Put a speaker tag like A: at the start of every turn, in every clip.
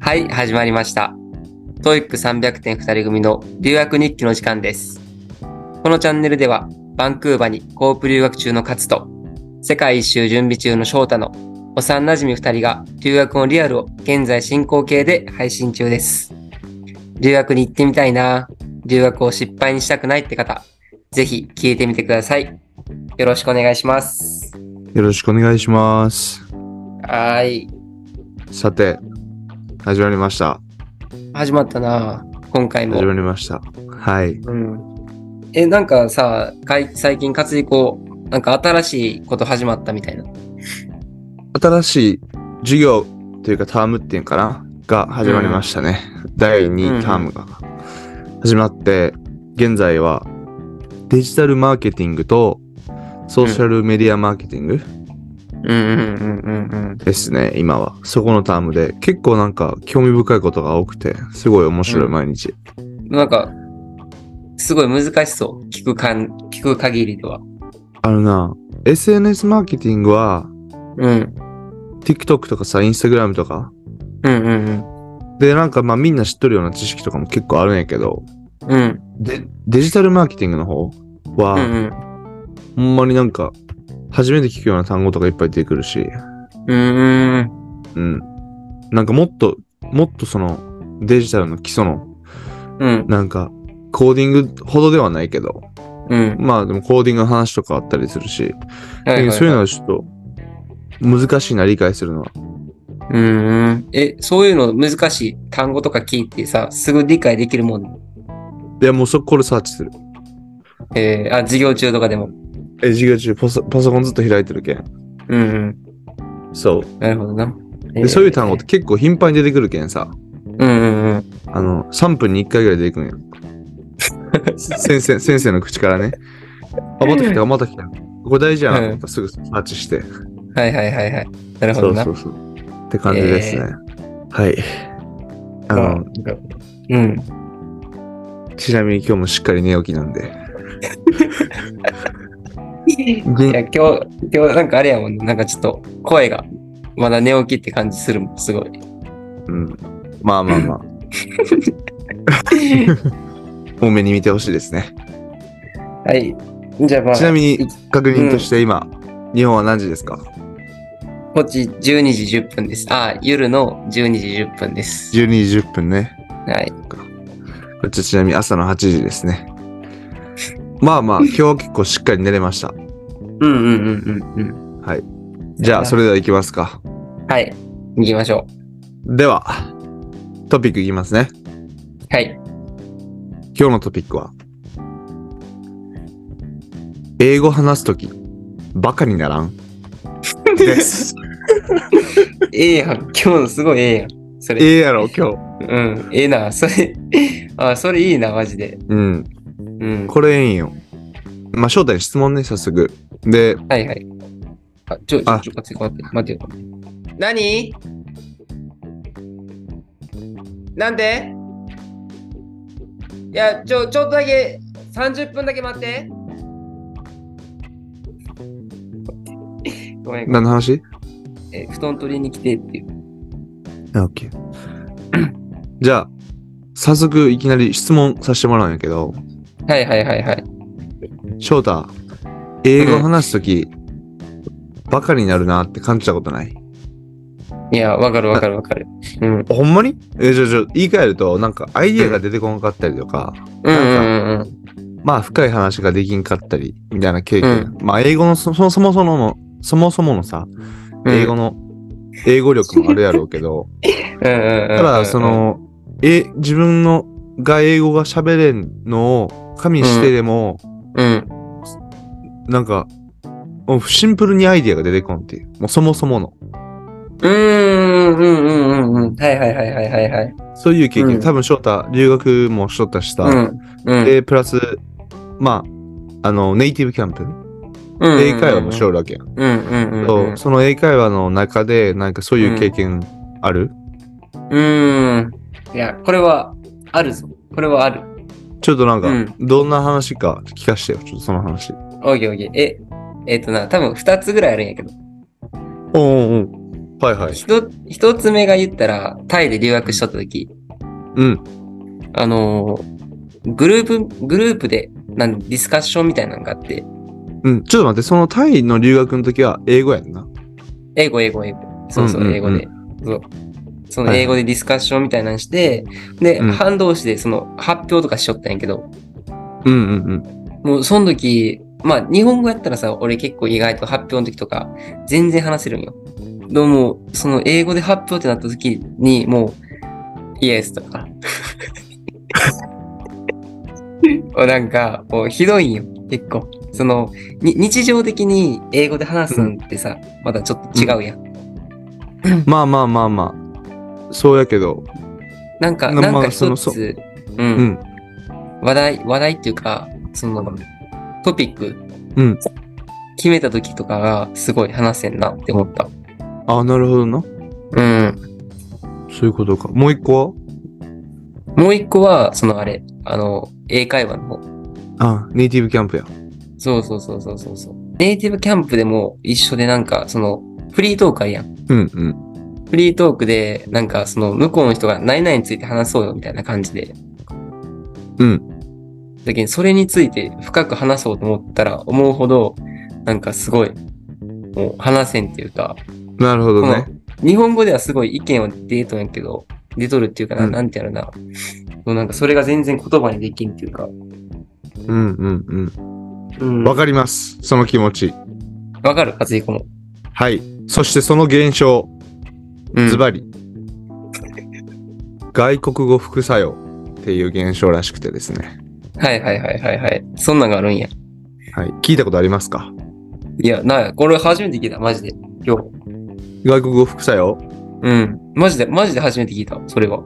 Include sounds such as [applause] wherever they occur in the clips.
A: はい、始まりました。TOEIC300 点2人組の留学日記の時間です。このチャンネルでは、バンクーバにコープ留学中のカツと、世界一周準備中の翔太の幼馴染2人が留学のリアルを現在進行形で配信中です。留学に行ってみたいな、留学を失敗にしたくないって方、ぜひ聞いてみてください。よろしくお願いします。
B: よろしくお願いします。
A: はーい。
B: さて、始まりました。
A: 始まったな今回も
B: 始。まりました。はい。
A: うん。え、なんかさ、かい最近活字こう、なんか新しいこと始まったみたいな。
B: 新しい授業というかタームっていうのかなが始まりましたね。第
A: うん
B: 2タームが始まって、現在はデジタルマーケティングとソーシャルメディアマーケティング
A: うんうんうんうん
B: ですね、今は。そこのタームで結構なんか興味深いことが多くて、すごい面白い毎日。
A: うん。なんか、すごい難しそう。聞くかん、聞く限りでは。
B: あのな、SNS マーケティングは
A: うん。
B: TikTok とかさ、Instagram とか
A: うんうん
B: で、なんかまあみんな知っとるような知識とかも結構あるんやけど、
A: うん。うん。
B: でデジタルマーケティングの方は、
A: うんうん。
B: ほんまになんか、初めて聞くような単語とかいっぱい出てくるし、
A: うーん。
B: うん。なんかもっと、もっとその、デジタルの基礎の、
A: うん。
B: なんか、コーディングほどではないけど、
A: うん。
B: まあでもコーディングの話とかあったりするし、
A: はは
B: だけどそういうのはちょっと、難しいな、理解するのは。
A: うんうん。え、そういうの難しい単語とか聞いてさ、すぐ理解できるもん。
B: いや、もうそこでサーチする。
A: えーあ、授業中とかでも。
B: え、授業中パソ、パソコンずっと開いてるけん。
A: うんうん。
B: そう。
A: なるほどな。え
B: で、
A: ー
B: そういう単語って結構頻繁に出てくるけんさ。
A: うんうんうん。
B: あの、3分に1回ぐらい出てく
A: [laughs]
B: んよ。先生、先生の口からね。あ、また来た、また来た。これ大事やなと思ったらすぐサーチして。
A: はいはいはいはい。なるほ
B: そ
A: ど
B: う
A: な
B: そ。うそう。って感じですね。はい。あの、
A: うん。
B: ちなみに今日もしっかり寝起きなんで。
A: [laughs] いや、今日、今日なんかあれやもんね。なんかちょっと声が、まだ寝起きって感じするもん、すごい。
B: うん。まあまあまあ。
A: [laughs]
B: [laughs] 多めに見てほしいですね。
A: はい。じゃあまあ、
B: ちなみに、確認として今、日本は何時ですか
A: こっち12時10分です。あ、夜の12時10分です。
B: ?12 時10分ね。
A: はい。
B: こっちちなみに朝の8時ですね。まあまあ、今日は結構しっかり寝れました。
A: うんうんうんうんうん。
B: じゃあ、それでは行きますか。
A: はい。行きましょ
B: では、トピックいきますね。
A: う。はい。
B: 今日のトピックは、英語話すとき、バカにならん。です。
A: [laughs] ええやん。今日のすごいええやん。それ。
B: ええやろ、今日。
A: うん。ええな。それ、 [laughs] あ、それいいな、マジで。
B: うん、
A: うん。
B: これええんよ。まあ、正体質問ね、早速。で、
A: はいはい。あ、ちょ、ちょ、
B: あ
A: ちょ、待って、待って、待ってよ。何なんでいや、ちょ、ちょっとだけ、30分だけ待 [laughs] って。ごめん、
B: 何の話
A: え布団取りに来てっていう。
B: あ、OK。じゃあ、早速いきなり質問させてもらうんやけど、
A: はいはいはいはい。
B: 翔太、英語話すとき、バカになるなって感じたことない
A: いや、わかるわかるわかる。うん。うん
B: ほんまにえ、じゃあ、じゃあ言い換えると、なんかアイディアが出てこなかったりとか、
A: うんうんうん。
B: まあ深い話ができんかったり、みたいな経験。まあ英語のそ、そもそもその、そもそものさ、
A: うん
B: 英語の、英語力もあるやろうけど、
A: うんうん [laughs] うんうん。
B: ただそ、の、え、自分のが英語が喋れんのを加味してでも、
A: うん。
B: なんか、もうシンプルにアイディアが出てこんっていう。もうそもそもの。
A: うーんうんうんうんうん。はいはいはいはいはいはい。
B: そういう経験。
A: うん
B: 多分翔太、留学もしとったしさ、
A: うん。うん。
B: で、プラス、まあ、あの、ネイティブキャンプ、
A: うんうんうん
B: 英会話もしとるわけやん。
A: うんうんうん
B: そう
A: うん。
B: その英会話の中で、なんかそういう経験ある、
A: うーん。いや、これはあるぞ。これはある。
B: ちょっとなんか、
A: うん
B: どんな話か聞かしてよ、ちょっとその話。
A: オーケーオーケー。え、えっ、とな、多分2つぐらいあるんやけど。
B: おうんうん。はいはい。
A: ひと一つ目が言ったら、タイで留学しとった時、
B: うん。
A: あのーグループ、グループで、なんディスカッションみたいなのがあって、
B: うん。ちょっと待って、そのタイの留学の時は英語やんな。
A: 英語、英語、英語。そうそうう、
B: んうんうん
A: 英語で。そう。その英語でディスカッションみたいなのして、で、
B: うん
A: 班同士でその発表とかしよったんやけど、
B: うんうんうん。
A: もうその時、まあ日本語やったらさ、俺結構意外と発表の時とか、全然話せるんよ。でももう、その英語で発表ってなった時に、もう、イエスとか。 [laughs] もうなんか、もうひどいんよ、結構。その、に日常的に英語で話すんってさ、まだちょっと違うやん。
B: まあまあまあまあ。そうやけど。
A: なんか、
B: まあ
A: なんか
B: そ
A: 一
B: のそ
A: つ、う、
B: うんん。
A: 話題、話題っていうか、その、トピック
B: うん。
A: 決めた時とかが、すごい話せんなって思った。
B: あ、なるほどな。
A: うん。
B: そういうことか。もう一個
A: もう一個は、そのあれ、あの、英会話の方。
B: はあ、ネイティブキャンプや。
A: そうそうそうそうそうそう。ネイティブキャンプでも一緒でなんか、その、フリートークあるやん。
B: うんうん。
A: フリートークで、なんか、その、向こうの人が何々について話そうよみたいな感じで。
B: うん。
A: だけど、それについて深く話そうと思ったら、思うほど、なんかすごい、もう話せんっていうか、
B: なるほどね。
A: 日本語ではすごい意見は出とんやけど、出とるっていうかな、
B: うん
A: なんてやろな。もうなんかそれが全然言葉にできんっていうか。
B: うんうんうん。
A: うん
B: わかります。その気持ち。
A: わかる和彦も。
B: はい。そしてその現象、
A: うん
B: ズバリ。外国語副作用っていう現象らしくてですね。
A: はいはいはいはいはい。そんなんがあるんや。
B: はい。聞いたことありますか
A: いや、なんや、これ初めて聞いた、マジで。今日。
B: 外国語副作用
A: うん。マジで、マジで初めて聞いた、それは。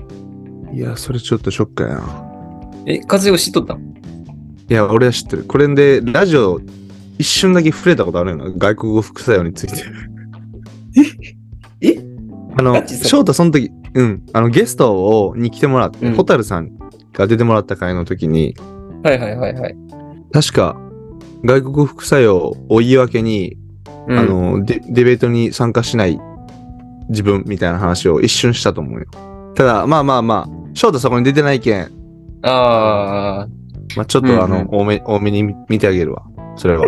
B: いや、それちょっとショックやな。
A: え、和彦知っとったん
B: いや、俺は知ってる。これで、ラジオ、一瞬だけ触れたことあるよな。外国語副作用について。
A: えガ
B: あの、
A: チそう
B: 翔太、その時、うん、あの、ゲストをに来てもらって、
A: うん
B: ホタルさんが出てもらった回の時に、
A: はいはいはいはい。
B: 確か、外国語副作用を言い訳に、
A: うん、
B: あのデ、ディベートに参加しない自分みたいな話を一瞬したと思うよ。ただ、まあまあまあ、翔太そこに出てないけん、
A: あ
B: まあ、ちょっ
A: うんうん
B: とあの、多め、多めに見見てあげるわ。それは。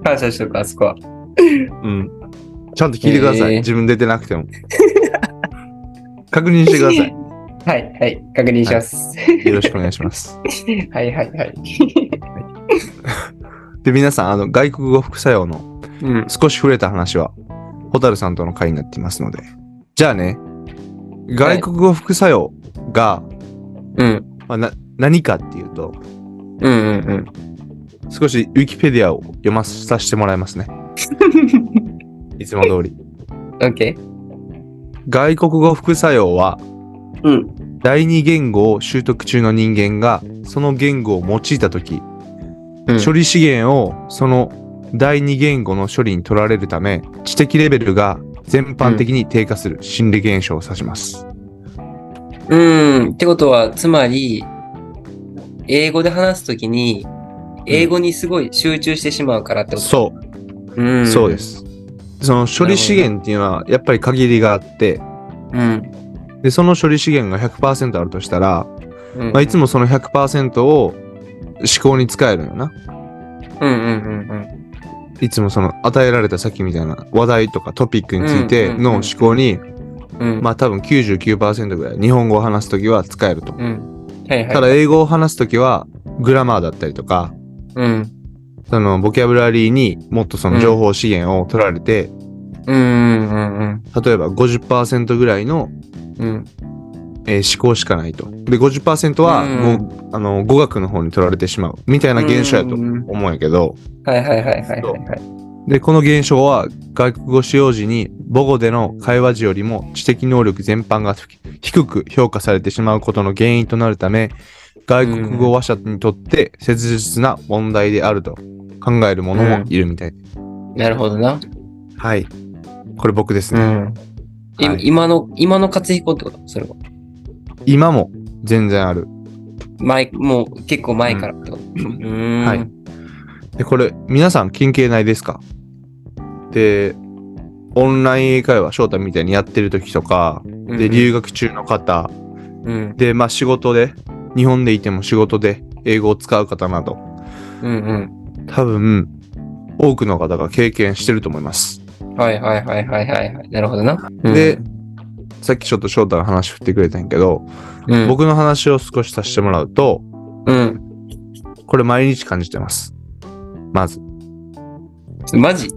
A: ー、感謝しとく、あそこは。
B: うん。ちゃんと聞いてください。
A: えー
B: 自分出てなくても。 [laughs] 確認してください。
A: [laughs] はいはい、確認します。
B: よろしくお願いします。
A: [laughs] はい、はい、はい。
B: で、皆さん、あの、外国語副作用の
A: うん。
B: 少し触れた話は、ホタルさんとの会になっていますので。じゃあね、外国語副作用が、
A: うん。
B: まあ、な何かっていうと、
A: うんうん
B: 少しウィキペディアを読まさせてもら
A: [laughs]
B: いますね。いつも通り。
A: うん。オッケー。
B: 外国語副作用は、
A: うん。
B: 第二言語を習得中の人間が、その言語を用いたとき、
A: うん、
B: 処理資源をその第二言語の処理に取られるため知的レベルが全般的に低下する心理現象を指します。
A: うん。ってことは、つまり、英語で話すときに、英語にすごい集中してしまうからってこ
B: そ
A: と、う
B: う、
A: ん、
B: そうで。す。その処理資源っていうのはやっぱり限りがあって、
A: うん。
B: でその処理資源が100%あるとしたら、
A: うん
B: まあ、いつもその100%を思考に使えるのよな。
A: うんうんうんうん。
B: いつもその与えられた先みたいな話題とかトピックについての思考に、
A: うん。
B: まあ多分99%ぐらい日本語を話すときは使えると。
A: うん。はいはい。
B: ただ英語を話すときはグラマーだったりとか、
A: うん。
B: そのボキャブラリーにもっとその情報資源を取られて、
A: うんうんうん
B: 例えば50%ぐらいの、
A: うん。うん。
B: えー思考しかないと。で、50%は
A: う
B: ごあの語学の方に取られてしまうみたいな現象やと
A: うんうん
B: 思うんやけど、
A: はいはいはいはいはいはい。
B: で、この現象は外国語使用時に母語での会話時よりも知的能力全般が低く評価されてしまうことの原因となるため、外国語話者にとって切実な問題であると考える者もいるみたい。
A: なるほどな。
B: はい。これ僕ですね。
A: ん。い
B: はい
A: 今の、今の勝彦ってことそれは。
B: 今も全然ある。
A: 前、もう結構前からってこと。うん。
B: はいで、これ、皆さん、近景内ですかで、オンライン英会話、翔太みたいにやってる時とか、で、留学中の方、
A: うん
B: で、まあ仕事で、日本でいても仕事で英語を使う方など、
A: うん
B: 多分、多くの方が経験してると思います。
A: うん。はいはいはいはいはいはい。なるほどな。うん
B: で、、さっきちょっと翔太が話振ってくれたんやけど、
A: うん、
B: 僕の話を少しさせてもらうと、
A: うん。
B: これ毎日感じてます。まず。
A: マジ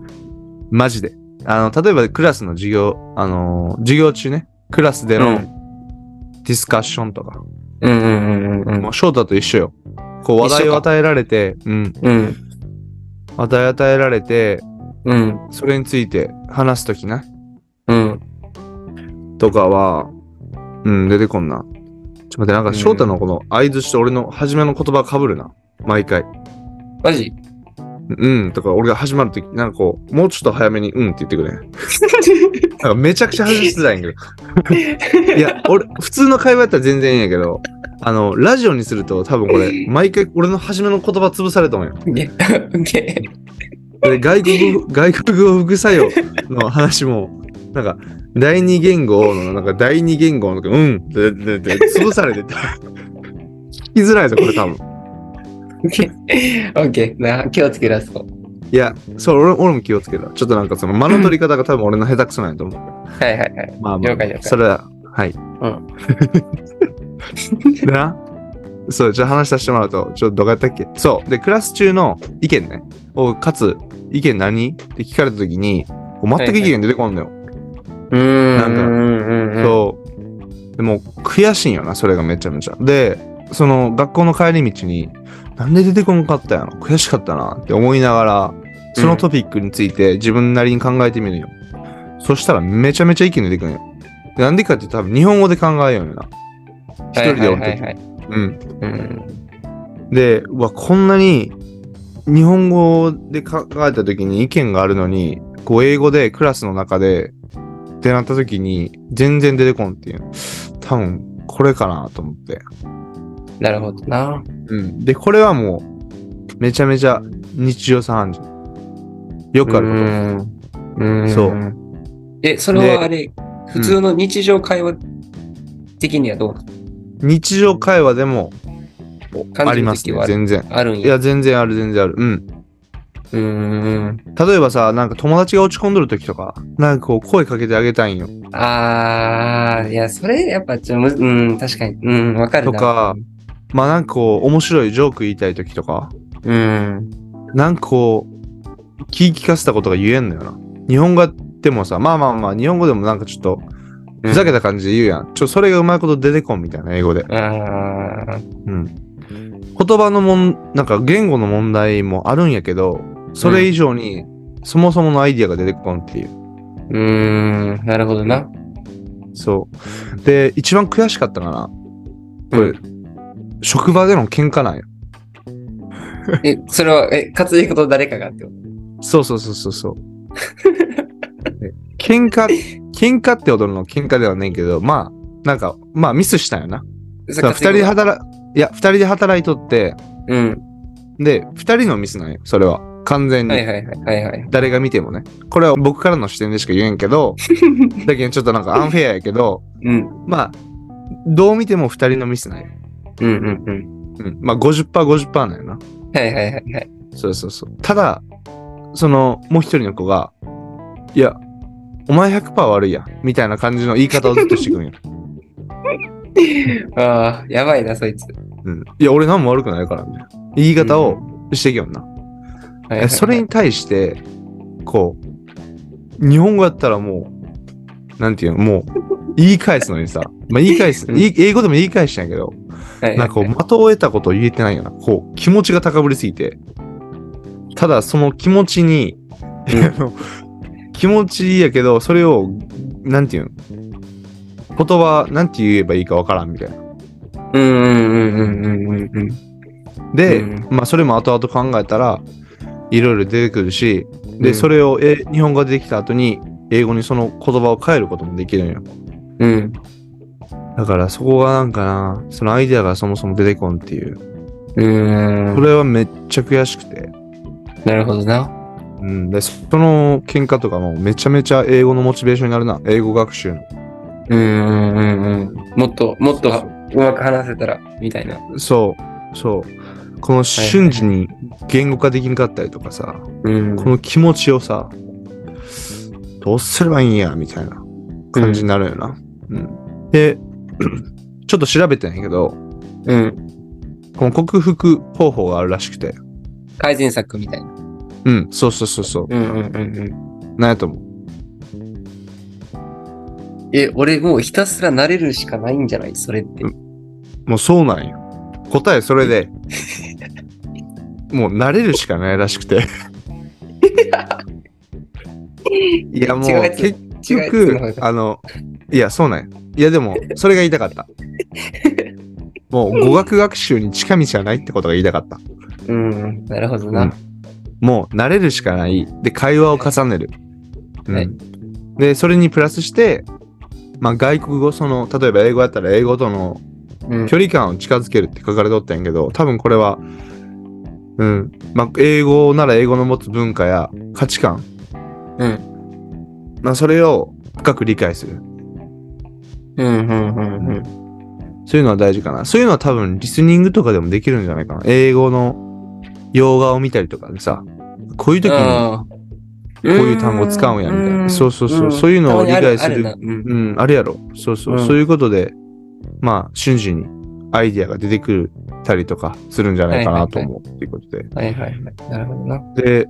B: マジで。あの、例えばクラスの授業、あのー、授業中ね、クラスで
A: う
B: の
A: ん
B: ディスカッションとか、
A: うんうんうんうん
B: もう翔太と一緒よ。こう話題
A: 一緒
B: を
A: か
B: 与えられて、うん、
A: うん。
B: 話題を与えられて、
A: うん。
B: それについて話すときな、
A: うん。
B: とかは、うん、出てこんな。ちょっと待って、なん
A: う
B: か
A: ん
B: 翔太のこの合図して俺の初めの言葉かぶるな。毎回。
A: マジ [laughs]
B: うん、とか俺が始まるとき、なんかこう、もうちょっと早めに、うんって言ってくれ。なんかめちゃくちゃ話しづらいんやけ
A: [laughs]
B: ど。いや、俺、普通の会話やったら全然いいんやけど、あの、ラジオにすると多分これ、毎回俺の初めの言葉潰されたもんよ。
A: いやウケ
B: で外国語、外国語副作用の話も、なんか、第二言語の、なんか第二言語の、うん、で、で、で、潰されてた。聞きづらいぞ、これ多分。
A: ウケオッケーな気をつけらすと。
B: いや、そう、俺俺も気をつけた。ちょっとなんかその間の取り方が多分俺の下手くそなんやと思う。
A: はいはいはい。
B: まあまあ
A: 了解了、解
B: それは、はい。で [laughs] な、そう、じゃあ話させてもらうと、ちょっとどうやったっけそう、で、クラス中の意見ね、をかつ、意見何って聞かれたときに、こう全く意見出てこんのよ。
A: うーん。
B: なんか
A: うんうんうん。
B: そう。でも、悔しいんよな、それがめちゃめちゃ。で、その、学校の帰り道に、なんで出てこんかったんやろ悔しかったなって思いながら、そのトピックについて自分なりに考えてみるよ。そしたら、めちゃめちゃ意見出てくるよ。でなんでかって多分、日本語で考えようよな。一人でおる
A: は
B: と
A: いはいはいはい。
B: うん。
A: うん。
B: で、うわ、こんなに日本語で考えた時に意見があるのに、こう英語でクラスの中でってなった時に全然出てこんっていう。多分これかなと思って。
A: なるほどな。
B: うん。で、これはもうめちゃめちゃ日常茶飯事。よくあ
A: う
B: る
A: ーん。うーん
B: そう。
A: え、それはあれ、普通の日常会話的にはどうなの
B: こと。日常会話でも
A: 感じる
B: お
A: 時は
B: ありますね
A: あ。る
B: 全然。
A: あるん
B: い
A: や。
B: や、全然ある、全然ある。うん。
A: うーん。
B: 例えばさ、なんか友達が落ち込んどる時とか、なんかこう声かけてあげたいんよ。
A: あー、いや、それ、やっぱ、ちょ、むうん、確かに。うん、わかる
B: と
A: な。
B: か、まあなんかこう、面白いジョーク言いたい時とか、
A: うん。
B: なんかこう、気聞かせたことが言えんのよな。日本語でもさ、まあまあまあ、日本語でもなんかちょっと、ふざけた感じで言うやん。ちょ、それがうまいこと出てこんみたいな、英語で。
A: うん。あー
B: うん。言葉のもん、なんか言語の問題もあるんやけど、それ以上に、そもそものアイディアが出てこんっていう。
A: うーん、なるほどな。
B: そう。で、一番悔しかったかな。これ、
A: う
B: 職場での喧嘩なんよ。
A: え、それは、え、勝つこと誰かがってこと
B: そうそうそうそう [laughs] そう。喧嘩、喧嘩ってほどの喧嘩ではないけど、まあ、なんか、まあミスしたんよな。
A: そ
B: だか
A: れ
B: ら二人で働、いや、二人で働いとって、
A: うん。
B: で、二人のミスなんよ、それは。完全
A: はい
B: に。
A: はいはいはいはい。
B: 誰が見てもね。これは僕からの視点でしか言えんけど、だけどちょっとなんかアンフェアやけど、
A: うん。
B: まあ、どう見ても二人のミスなんよ。
A: うんうんうん。
B: うん。まあ50%、50%なんよな。
A: はいはいはいはい。
B: そうそうそう。ただ、その、もう一人の子が、いや、お前100%悪いやん、みたいな感じの言い方をずっとしてくるんよ。
A: ああ、やばいな、そいつ。
B: うん。いや、俺何も悪くないから、みたいな。言い方をしてきよんな。
A: はいはい
B: えそれに対して、こう、日本語やったらもう、なんていうの、もう、言い返すのにさ、まあ言い返す、
A: うん
B: い英語でも言い返したんやけど、
A: はい
B: なんかこう、的を得たことを言えてないよな。こう、気持ちが高ぶりすぎて。ただ、その気持ちに、 [laughs] あの気持ちやけど、それを、なんていうの言葉、なんて言えばいいかわからんみたいな。
A: うんうんうんうんうんうんうん。
B: で、
A: うん
B: まあ、それも後々考えたら、いろいろ出てくるし、で、
A: うん
B: それを、え、日本語ができた後に、英語にその言葉を変えることもできるんよ。
A: うん。
B: だから、そこがなんかな、そのアイデアがそもそも出てこんっていう。
A: うー
B: こ
A: ん。
B: れはめっちゃ悔しくて。
A: なるほどな。
B: うん、でその喧嘩とかもめちゃめちゃ英語のモチベーションになるな英語学習の
A: うんうんうんうん。もっと、もっとうまく話せたら、みたいな。
B: そうそうこの瞬時に言語化できなかったりとかさ、
A: うん。
B: この気持ちをさどうすればいいんやみたいな感じになるよな、うんで [clears throat] ちょっと調べてんやけど
A: うん。
B: この克服方法があるらしくて
A: 改善策みたいな。
B: うんそうそうそうそう
A: うんうんうんうん。
B: なんやと思う
A: え、俺もうひたすら慣れるしかないんじゃないそれって。
B: もうそうなんよ答えそれでもう慣れるしかないらしく
A: [laughs]
B: ていやもう
A: 違うやつ
B: 結
A: 違うや
B: 局
A: つの方が
B: あのいやそうなんやいやでもそれが言いたか
A: [laughs]
B: ったもう語学学習に近道はないってことが言いたかった
A: うんうん。なるほどな。
B: うんもう慣れるしかない。で、会話を重ねる。うん
A: はい
B: で、それにプラスして、まあ、外国語、その、例えば英語やったら英語との
A: うん。
B: 距離感を近づけるって書かれとったんやけど、多分これは、うん、まあ、英語なら英語の持つ文化や価値観、
A: うん。
B: まあ、それを深く理解する。
A: うんうんうんうん。
B: そういうのは大事かな。そういうのは多分、リスニングとかでもできるんじゃないかな。英語の洋画を見たりとかでさ、こういう時に、
A: あー
B: こういう単語使うんやみたいなそうそうそうそういうのを理解する
A: たまにある
B: うん、あるやろ。そうそう、
A: うん
B: そういうことで、まあ、瞬時にアイディアが出てくるたりとかするんじゃないかなと思うっていうことで。
A: あるなうんはいはいはい。なるほどな。
B: で、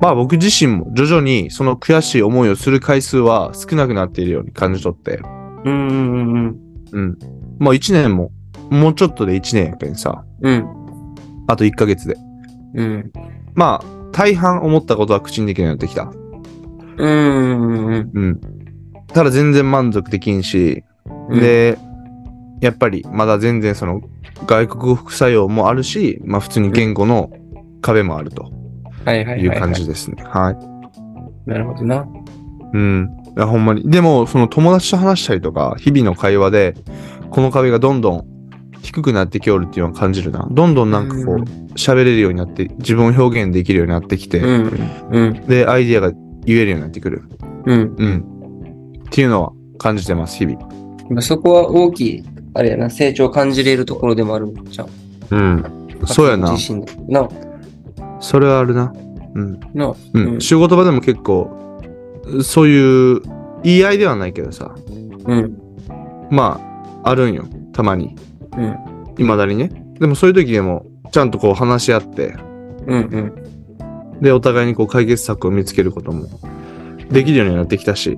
B: まあ僕自身も徐々にその悔しい思いをする回数は少なくなっているように感じ取って、
A: うんうんうん
B: うん。まあ1年も、もうちょっとで1年やけんさ、
A: うん。
B: あと1ヶ月で。
A: うん。
B: まあ、大半思ったことは口にできるようになってきた。
A: うん。うんうん
B: うん。ただ全然満足できんし、
A: うん。
B: で、やっぱりまだ全然その外国語副作用もあるし、まあ普通に言語の壁もあると
A: はいはいいは
B: う
A: いは
B: 感
A: い。
B: じですね。はい。
A: なるほどな。
B: うん。いやほんまに。でも、その友達と話したりとか、日々の会話で、この壁がどんどん低くなってきおるっていうのは感じるな。どんどんなんかこ
A: う、
B: うん喋れるようになって、自分を表現できるようになってきて、
A: うんうん
B: で、アイディアが言えるようになってくる。
A: うん。
B: うん。っていうのは感じてます、日々。
A: まあそこは大きい、あれやな、成長を感じれるところでもあるんじゃん。
B: うん。そうやな。
A: 自身の。
B: それはあるな。うん。
A: な、な、
B: う
A: うん
B: ん、仕事場でも結構そういう言い合いではないけどさ
A: うん。
B: まああるんよたまに
A: うん。
B: いまだにねでもそういう時でもちゃんとこう話し合って
A: うんうん。
B: でお互いにこう解決策を見つけることもできるようになってきたし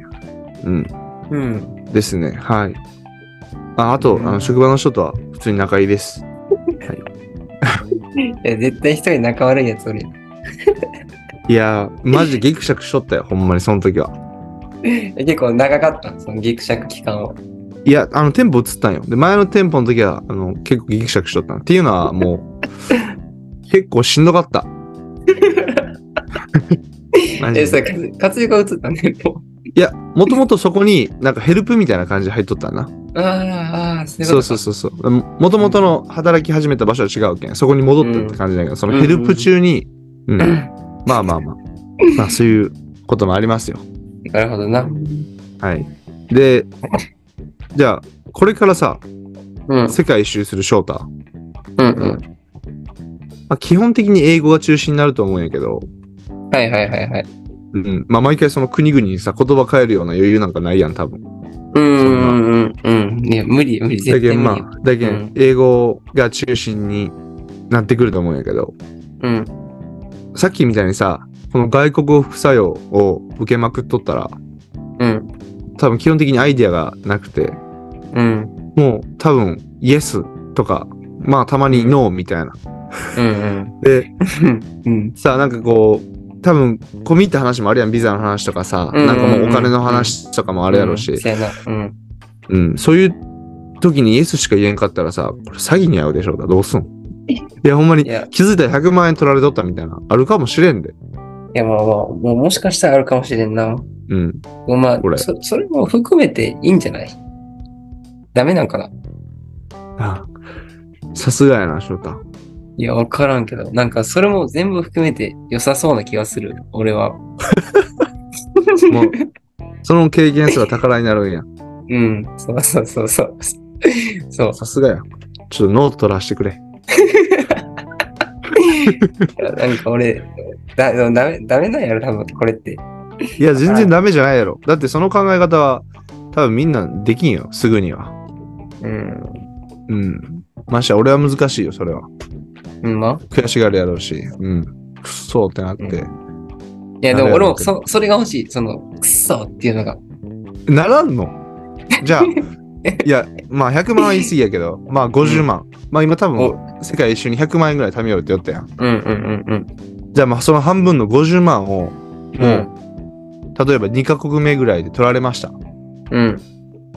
B: うん
A: うん。
B: ですねはいああと、
A: うん
B: あの職場の人とは普通に仲いいです
A: いや、絶対一人仲悪いやつおるやん
B: いやーマジでギクシャクしとったよほんまにその時は
A: え結構長かった、そのギクシャク期間を。
B: いやあの店舗移ったんよで前の店舗の時はあの結構ギクシャクしとったっていうのはも
A: [laughs]
B: う結構しんどかったマジで
A: え、それ、活躍が映ったね、も
B: いや、もともとそこになんかヘルプみたいな感じで入っとったな。
A: う。あーあー、そうい
B: そう
A: こ
B: う
A: と
B: そうそうそう。もともとの働き始めた場所は違うけん。そこに戻ったって感じだけど、そのヘルプ中に、
A: [laughs]
B: うんまあまあまあ。まあそういうこともありますよ。
A: なるほどな。
B: はい。で、じゃあ、これからさ、
A: うん。
B: 世界一周する翔太。
A: うんうん。
B: まあ、基本的に英語が中心になると思うんやけど、
A: はいはいはいはい。
B: うん。まあ毎回その国々にさ、言葉変えるような余裕なんかないやん、多分。
A: うんうんうんうん。いや、無理無理、
B: だ
A: 絶
B: け
A: 対
B: ん
A: 無
B: ま
A: 理。
B: あ、だけ
A: うんん
B: 英語が中心になってくると思うんやけど、
A: うん。
B: さっきみたいにさ、この外国語副作用を受けまくっとったら、
A: うん。
B: 多分基本的にアイディアがなくて、
A: うん。
B: もう多分イエスとか、まあたまにノーみたいな。
A: うん
B: で、
A: うん。うん。
B: さ、なんかこう、多分込み入った話もあるやん、ビザの話とかさ、
A: うんうん
B: なんかもうお金の話とかもあ
A: あ
B: るやろうし、
A: そうやな。うん。
B: うん、そういう時にイエスしか言えんかったらさ、これ詐欺に遭うでしょうか、どうすんいや、ほんまに
A: いや
B: 気づいたら100万円取られとったみたいな、あるかもしれんで。
A: いや、まあまあ、もうもしかしたらあるかもしれんな。
B: うん。
A: ま
B: こ
A: あ、
B: れ
A: そそれも含めていいんじゃないダメなんかな
B: あさすがやな、翔太。
A: いや、わからんけど、なんかそれも全部含めて良さそうな気がする、俺は。
B: [laughs] もうその経験すら宝になるんや。
A: [laughs] うん、そうそうそうそう。そう。
B: さすがや。ちょっとノート取らしてくれ。
A: なんか俺、だダメダメなんやろ、多分これって。
B: いや、全然ダメじゃないやろ。だってその考え方は、多分みんなできんよ、すぐには。
A: うん。
B: うん。ましてや俺は難しいよ、それは。
A: うんま
B: 悔しがるやろうし。うん。くっそーってなって。
A: いや、でも
B: な
A: 俺
B: るやろ
A: も
B: うけど
A: そそれが欲しい。その、くっそーっていうのが。
B: ならんの
A: [laughs]
B: じゃあ、いや、まあ100万は言い過ぎやけど、まあ50万。まあ今多分、世界一周に100万円ぐらい貯めようって言ったやん。
A: うんうんうん
B: じゃあまあその半分の50万を、
A: うん。
B: もう、例えば2カ国目ぐらいで取られました。
A: うん。うん。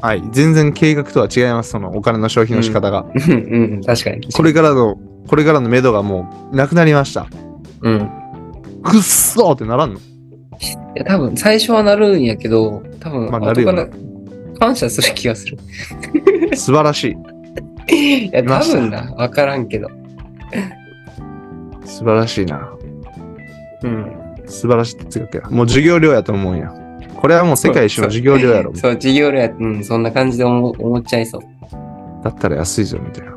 B: はい。全然計画とは違います、そのお金の消費の仕方が。
A: うんうん。確かに。
B: これからの、これからの目処がもうなくなりました。
A: うん。
B: くっそーってならん
A: [laughs]
B: の
A: いや、多分最初はなるんやけど、多分
B: まあなるよね
A: 後から感謝する気がする。 [laughs]
B: 素晴らしい。
A: いや、多
B: ました
A: 分な、わからんけど。
B: 素晴らしいな。
A: うん。
B: 素晴らしい哲学や。もう授業料やと思うんや。これはもう世界一周の授業料やろ。
A: そう、授業料や、うん、そんな感じで思思っちゃいそう。
B: だったら安いぞ、みたいな。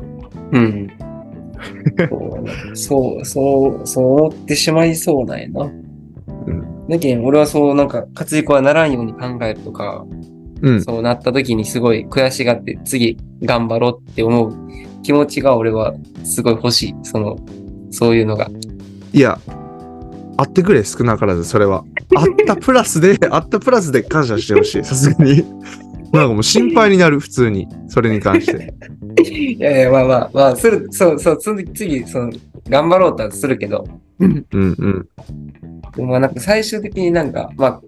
A: うん。
B: [laughs]
A: そう、そう、そう思ってしまいそうなんやな。
B: ん
A: だけど、俺はそう、なんか、活躍はならんように考えるとか、
B: うん。
A: そうなった時にすごい悔しがって、次頑張ろうって思う気持ちが俺はすごい欲しい。その、そういうのが。
B: いや、あってくれ、少なからず、それ
A: [laughs]
B: は。あったプラスで、あったプラスで感謝してほしい、さす
A: [laughs]
B: がに。なんかもう心配になる、普通に。それに関して。
A: いやいや、まあまあ、まあ、する、そうそう、次、次、その、頑張ろうとはするけど、
B: うんうん。
A: でもまあなんか最終的になんか、まあ、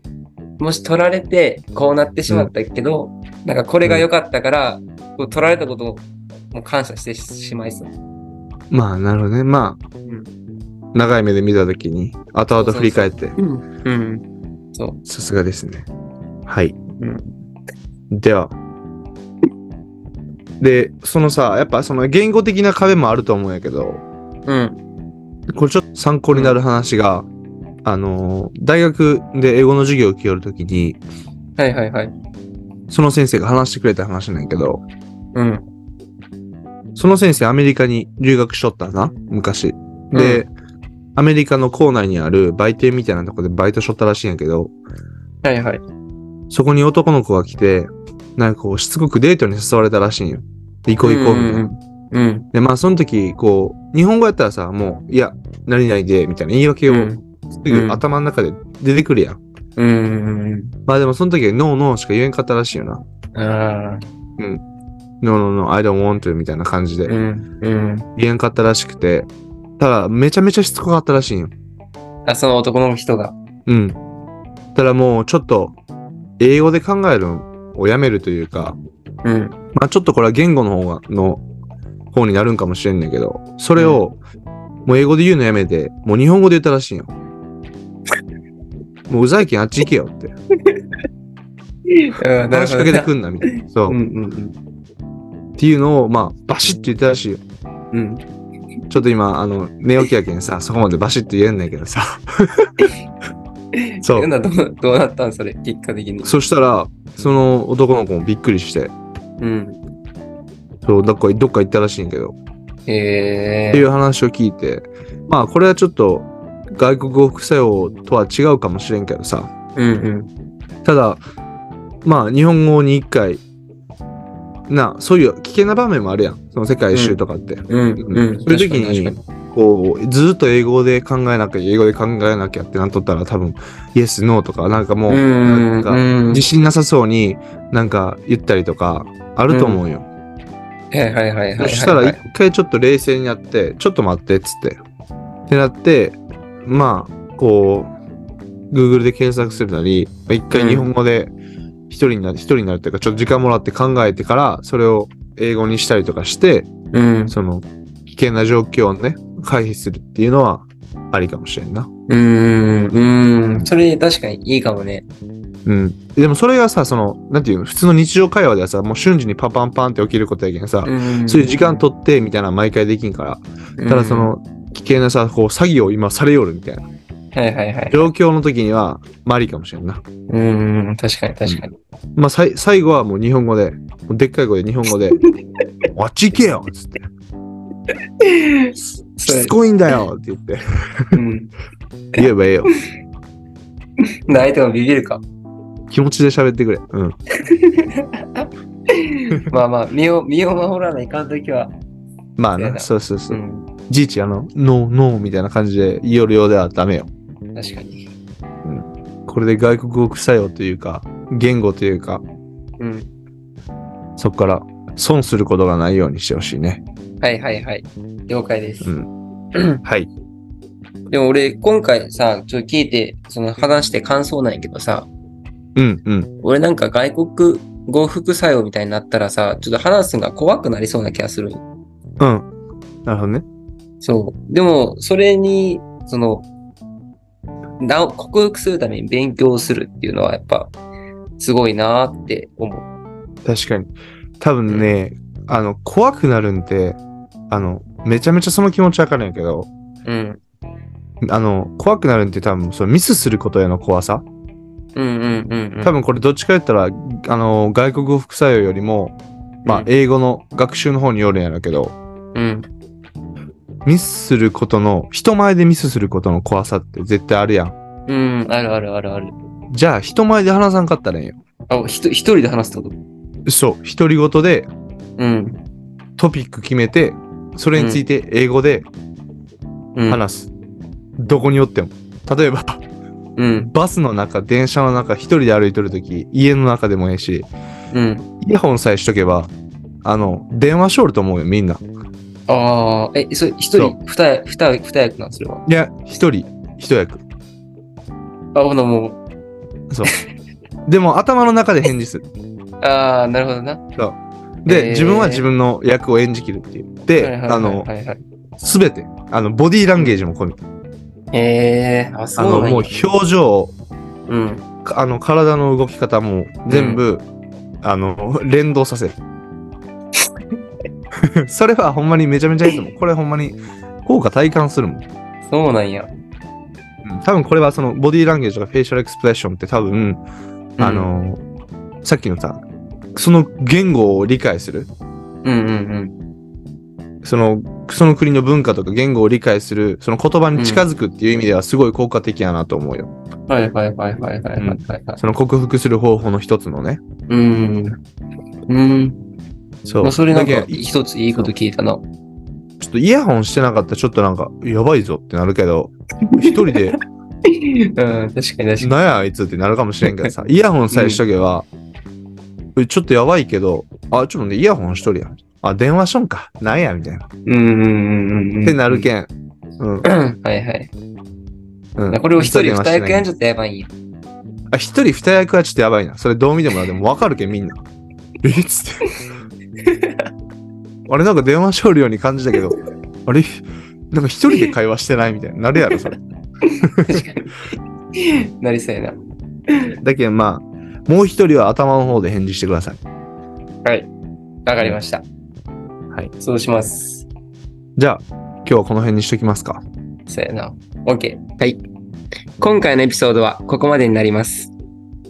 A: もし取られて、こうなってしまったけど、なんかこれが良かったから、こう取られたことをもう感謝してしまいそう。
B: まあ、なるほどね。まあ、
A: うん。
B: 長い目で見たときに、後々振り返って、
A: うん。そう。
B: さすがですね。はい。
A: うん。
B: では。で、そのさ、やっぱその言語的な壁もあると思うんやけど、
A: うん。
B: これちょっと参考になる話が、あのー、大学で英語の授業を受けよるときに、
A: はいはいはい。
B: その先生が話してくれた話なんやけど、
A: うん。
B: その先生アメリカに留学しとったな、昔。で、アメリカの校内にある売店みたいなとこでバイトしとったらしいんやけど、
A: はいはい。
B: そこに男の子が来て、なんかこう、しつこくデートに誘われたらしいんよ。で行こう行こうみたいな。
A: うん。うん。
B: で、まあ、その時、こう、日本語やったらさ、もう、いや、何々で、みたいな言い訳をす
A: う
B: ぐ
A: ん
B: 頭の中で出てくるやん。
A: うん。
B: まあでもその時はノーノーしか言えんかったらしいよな。
A: うん。ああ。
B: ノーノーノー、I don't want to みたいな感じ
A: うん。
B: で
A: うん。
B: 言えんかったらしくて、ただめちゃめちゃしつこかったらしいんよ。
A: あ、その男の人が。
B: うん。ただもうちょっと英語で考えるのをやめるというか、
A: うん。
B: まあちょっとこれは言語の方がの方になるんかもしれんねんけど、それをもう英語で言うのやめて、もう日本語で言ったらしいんよ。もううざいけんあっち行けよって。
A: うん。
B: 話しかけてくんなみたいな。そうう。
A: ん
B: っ
A: うん
B: ていうのをまあバシッと言ったらしいよ。
A: うん。うん。
B: ちょっと今、あの、寝起きやけんさ、そこまでバシッと言えんねんけ
A: [laughs]
B: どさ。そ
A: え
B: う。
A: などう [laughs] どうなったんそれ、結果的に。
B: そしたら、その男の子もびっくりして、
A: うん。
B: そう、どっかどっか行ったらしいんやけど、っ
A: え
B: てい
A: ー。
B: う話を聞いて、まあ、これはちょっと、外国語副作用とは違うかもしれんけどさ、
A: うん
B: ただ、まあ、日本語に一回、な、そういう危険な場面もあるやん。その世界一周とかって。
A: うん。うん。うん。
B: そういう時
A: 確か
B: に
A: 確か、
B: こう、ずっと英語で考えなきゃ、英語で考えなきゃってなっとったら、多分、イエス、ノーとか、なんかもう、
A: にうん。
B: なんか
A: うん
B: 自。信なさそうに、なんか言ったりとか、あると思うよ。
A: はいはいはいはいはい。
B: そしたら、一回ちょっと冷静になって、ちょっと待って、っつって。ってなって、まあ、こう、Google で検索するなり、まあ一
A: う
B: 回
A: ん
B: 日本語で一人になる、一人になるっていうか、ちょっと時間もらって考えてから、それを英語にしたりとかして、
A: うん。
B: その危険な状況をね、回避するっていうのはありかもしれんな。
A: うん。うん。それ確かにいいかもね。
B: うん。でもそれがさ、その、なんていうの、普通の日常会話ではさ、もう瞬時にパパンパンって起きることやけんさ、
A: うん
B: そういう時間取ってみたいなの毎回できんから、ただそ、の、危険なさ、こう、詐欺を今されよるみたいな。
A: うんはいはいはい。
B: 状況の時には、まあありかもしれんな。
A: うんうん、確かに確かに。
B: まあ、さい最後はもう日本語で、もうでっかい声で日本語 [laughs] で、あっち行けよっつ [laughs] って、し
A: それ
B: つこいんだよって言 [laughs] って、
A: うん。
B: 言えばええよ。
A: で相手もビビるか。
B: 気持ちで喋ってくれ。うん。
A: まあまあ、身を、身を守らないかんときは、
B: まあ
A: そうや
B: ね、
A: な
B: そうそう
A: う
B: そう。
A: ん、
B: じいち、あの、ノー、ノーみたいな感じで言いよるようではダメよ。
A: 確かに。
B: これで外国語臭用というか、言語というか、
A: うん。
B: そこから損することがないようにしてほしいね。
A: はいはいはい。了解です。
B: うん。はい。
A: でも俺、今回さ、ちょっと聞いて、その話して感想なんやけどさ、
B: うんうん。
A: 俺なんか外国語副作用みたいになったらさ、ちょっと話すのが怖くなりそうな気がするんよ
B: うん。なるほどね。
A: そう。でも、それに、その、なお克服するために勉強するっていうのはやっぱ、すごいなーって思う。
B: 確かに。多分ね、あの、怖くなるんで、あの、めちゃめちゃその気持ちわかるんやけど、
A: うん。
B: あの、怖くなるんって多分、そのミスすることへの怖さ。
A: うんうんうん、うん。
B: 多分これどっちか言ったら、あの、外国語副作用よりも、まあ
A: う、ん
B: 英語の学習の方によるんやろうけど、
A: うん。
B: ミスすることの、人前でミスすることの怖さって絶対あるやん。
A: うん、あるあるあるある。
B: じゃあ、人前で話さんかったらええよ。
A: あ、ひと一人で話すってこと
B: そう、独り言で
A: うん。
B: トピック決めて、それについて英語で
A: うん。
B: 話す。どこにおっても。例えば、
A: うん。
B: バスの中、電車の中、一人で歩いとるとき、家の中でもええし、
A: うん。
B: イヤホンさえしとけば、あの、電話しおると思うよ、みんな。
A: ああ、え、それ、一
B: そ
A: 人、二役、二役、二役なん、それは。
B: いや、一人、一役。
A: あ、ほな、も
B: そう。でも、頭の中で返事する。
A: う、ああ、なるほどな。
B: で、
A: えー
B: 自分は自分の役を演じきるっていう。で、
A: はいはい
B: あの、
A: はいはい。
B: すべて、あの、ボディーランゲージも込み。
A: えー、あ、そ
B: あ
A: う
B: の、
A: なんや
B: もう表情、
A: うん。
B: かあの、体の動き方も全部、あの、連動させる。 [laughs] それはほんまにめちゃめちゃいいと
A: [laughs]
B: 思う。これほんまに効果体感するもん。
A: そうなんや。
B: うん多分これはそのボディーランゲージとかフェイシャルエクスプレッションって多分、あの、さっきのさ、その言語を理解する。
A: うんうん
B: その、その国の文化とか言語を理解する、その言葉に近づくっていう意味ではすごい効果的やなと思うよ。
A: うん。はいはいはいはいはいはいはいはい。
B: その克服する方法の一つのね。
A: うん。うん。
B: そう。
A: まあ、それなん
B: だ
A: か、
B: けどい
A: 一ついいこと聞いたな。
B: ちょっとイヤホンしてなかったらちょっとなんか、やばいぞってなるけど、一人
A: [laughs]
B: で、
A: うん、確かに確かに。
B: なんやあいつってなるかもしれんけ
A: [laughs]
B: どさ、イヤホンさえしとけば、えちょっとやばいけど、あ、ちょっとね、イヤホンしとるやん。あ、電話しとんか。なんやみたいな。っ
A: うんうんうんうん。
B: てなるけん。うん。
A: うん。はいはい。
B: うん
A: これを一人二役やん
B: じ
A: ちょっとやばいんや。
B: あ、一人二役はちょっとやばいな。それどう見てもな。でもわかるけん、みんな。えっつって。
A: [laughs]
B: あれ、なんか電話しとるように感じたけど、あれなんか一人で会話してないみたいになるやろ、それ。
A: 確かに。なりそうやな。
B: だけどまあ、もう一人は頭の方で返事してください。
A: わかりました。
B: はい。
A: そうします。
B: じゃあ、今日はこの辺にしときますか。
A: そうやな。OK。はい。今回のエピソードはここまでになります。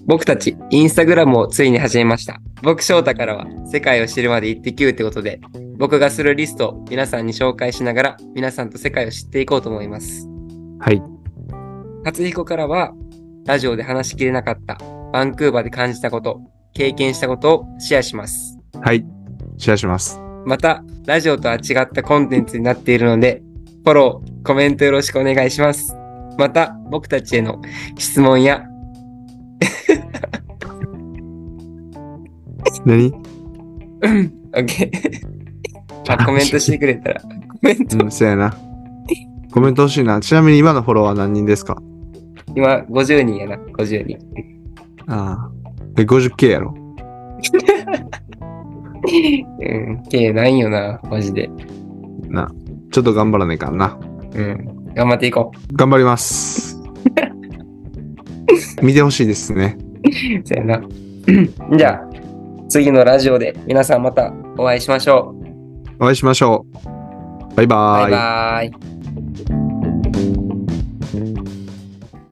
A: 僕たち、インスタグラムをついに始めました。僕、翔太からは、世界を知るまで行ってきゅうってことで、僕がするリストを皆さんに紹介しながら、皆さんと世界を知っていこうと思います。
B: はい。
A: 初彦からは、ラジオで話しきれなかった、バンクーバーで感じたこと、経験したことをシェアします。
B: はい。シェアします。
A: また、ラジオとは違ったコンテンツになっているので、フォロー、コメントよろしくお願いします。また、僕たちへの質問や、
B: 何 [laughs]
A: OK あ、コメントしてくれたら、コメント、
B: うん、そうやな。コメント欲しいな。ちなみに今のフォロワー何人ですか
A: 今、50人やな、50人。
B: ああ。え、50K やろ。
A: うん、計ないよな、マジで。
B: な。ちょっと頑張らないかんな。
A: うん、頑張っていこう。
B: [laughs] 頑張ります。見てほしいですね。
A: そうやな。 [clears throat] じゃあ、次のラジオで皆さんまたお会いしましょう。
B: お会いしましょう。バイバ
A: バ
B: イ
A: イ。バーイ。